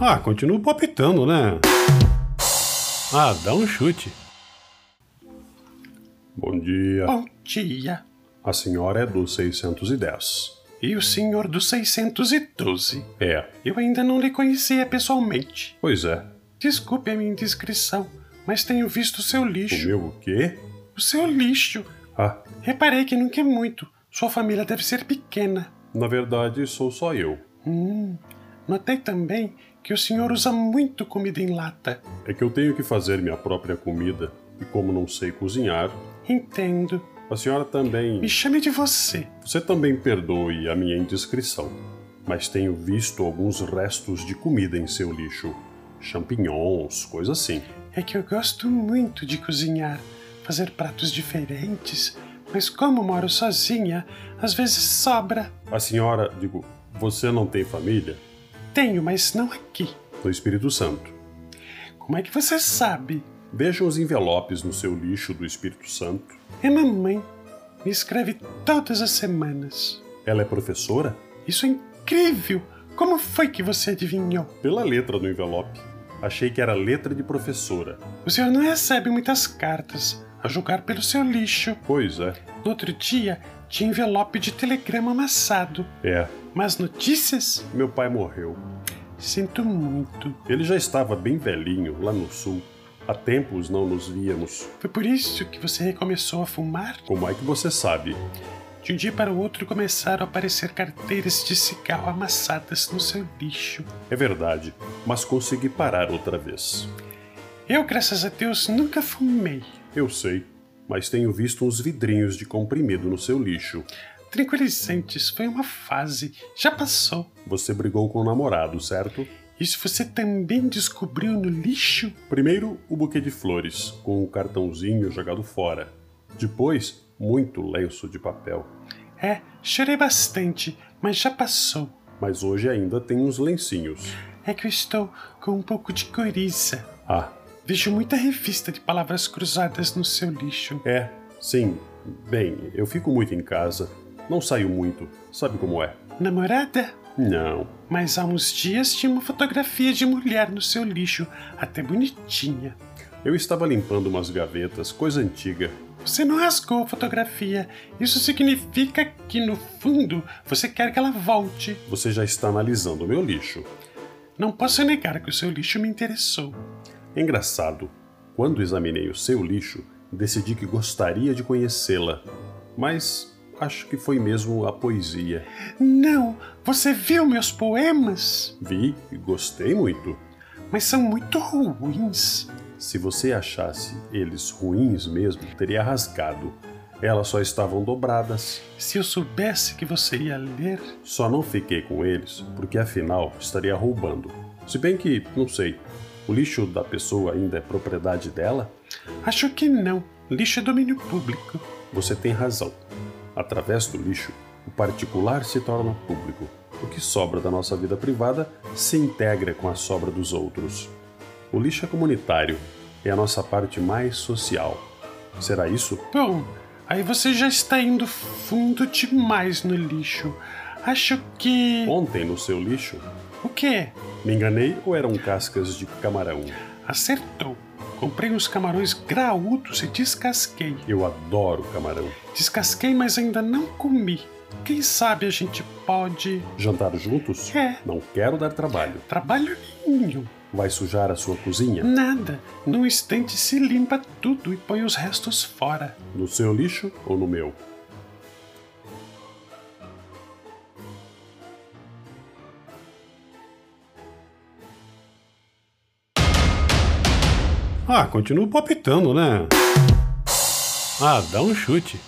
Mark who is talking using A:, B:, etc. A: Ah, continuo palpitando, né? Ah, dá um chute. Bom dia.
B: Bom dia.
A: A senhora é do 610.
B: E o senhor do 612?
A: É,
B: Eu ainda não lhe conhecia pessoalmente.
A: pois é.
B: Desculpe a minha indiscrição, mas tenho visto seu
A: O
B: lixo.
A: meu o quê?
B: O seu lixo.
A: Ah,
B: Reparei que nunca é muito. Sua família deve ser pequena.
A: na verdade sou só eu.
B: Notei também que o senhor usa muito comida em lata.
A: É que eu tenho que fazer minha própria comida e como não sei cozinhar,
B: Entendo.
A: a senhora também.
B: Me chame de você.
A: Você também perdoe a minha indiscrição, mas tenho visto alguns restos de comida em seu lixo. Champignons, coisa assim.
B: É que eu gosto muito de cozinhar, fazer pratos diferentes, mas como moro sozinha, às vezes sobra.
A: A senhora, digo, você não tem família?
B: Tenho, mas não aqui.
A: No Espírito Santo.
B: Como é que você sabe?
A: Vejam os envelopes no seu lixo do Espírito Santo.
B: É mamãe. Me escreve todas as semanas.
A: Ela é professora?
B: Isso é incrível! Como foi que você adivinhou?
A: Pela letra do envelope. Achei que era letra de professora.
B: O senhor não recebe muitas cartas, a julgar pelo seu lixo.
A: Pois é.
B: No outro dia, tinha envelope de telegrama amassado.
A: É,
B: Mas notícias?
A: meu pai morreu.
B: Sinto muito.
A: Ele já estava bem velhinho lá no sul. Há tempos não nos víamos.
B: Foi por isso que você recomeçou a fumar?
A: Como é que você sabe?
B: De um dia para o outro começaram a aparecer carteiras de cigarro amassadas no seu lixo.
A: É verdade, mas consegui parar outra vez.
B: Eu, graças a Deus, nunca fumei.
A: Eu sei, mas tenho visto uns vidrinhos de comprimido no seu lixo.
B: Tranquilizantes, foi uma fase, já passou.
A: Você brigou com o namorado, certo?
B: Isso você também descobriu no lixo?
A: Primeiro, o buquê de flores, com o cartãozinho jogado fora. Depois, muito lenço de papel.
B: É, chorei bastante, mas já passou.
A: Mas hoje ainda tem uns lencinhos.
B: É que eu estou com um pouco de coriza.
A: Ah,
B: Vejo muita revista de palavras cruzadas no seu lixo.
A: é, sim. Bem, eu fico muito em casa. Não saio muito, sabe como é?
B: Namorada?
A: Não.
B: Mas há uns dias tinha uma fotografia de mulher no seu lixo, até bonitinha.
A: Eu estava limpando umas gavetas, coisa antiga.
B: Você não rasgou a fotografia. Isso significa que, no fundo, você quer que ela volte.
A: Você já está analisando o meu lixo.
B: Não posso negar que o seu lixo me interessou.
A: Engraçado, quando examinei o seu lixo, decidi que gostaria de conhecê-la, mas acho que foi mesmo a poesia.
B: Não, você viu meus poemas?
A: Vi e gostei muito.
B: Mas são muito ruins.
A: Se você achasse eles ruins mesmo, teria rasgado. Elas só estavam dobradas.
B: Se eu soubesse que você ia ler,
A: Só não fiquei com eles porque afinal estaria roubando. Se bem que, não sei, o lixo da pessoa ainda é propriedade dela?
B: acho que não. Lixo é domínio público.
A: Você tem razão. Através do lixo, o particular se torna público. O que sobra da nossa vida privada se integra com a sobra dos outros. O lixo é comunitário, é a nossa parte mais social. Será isso?
B: Bom, aí você já está indo fundo demais no lixo. Acho que.
A: Ontem no seu lixo,
B: O quê?
A: me enganei ou eram cascas de camarão?
B: Acertou. Comprei uns camarões graúdos e descasquei.
A: Eu adoro camarão.
B: Descasquei, mas ainda não comi. Quem sabe a gente pode.
A: Jantar juntos?
B: É.
A: Não quero dar trabalho.
B: Trabalho nenhum.
A: Vai sujar a sua cozinha?
B: Nada. Num instante se limpa tudo e põe os restos fora.
A: No seu lixo ou no meu? Ah, continuo palpitando, né? Ah, dá um chute.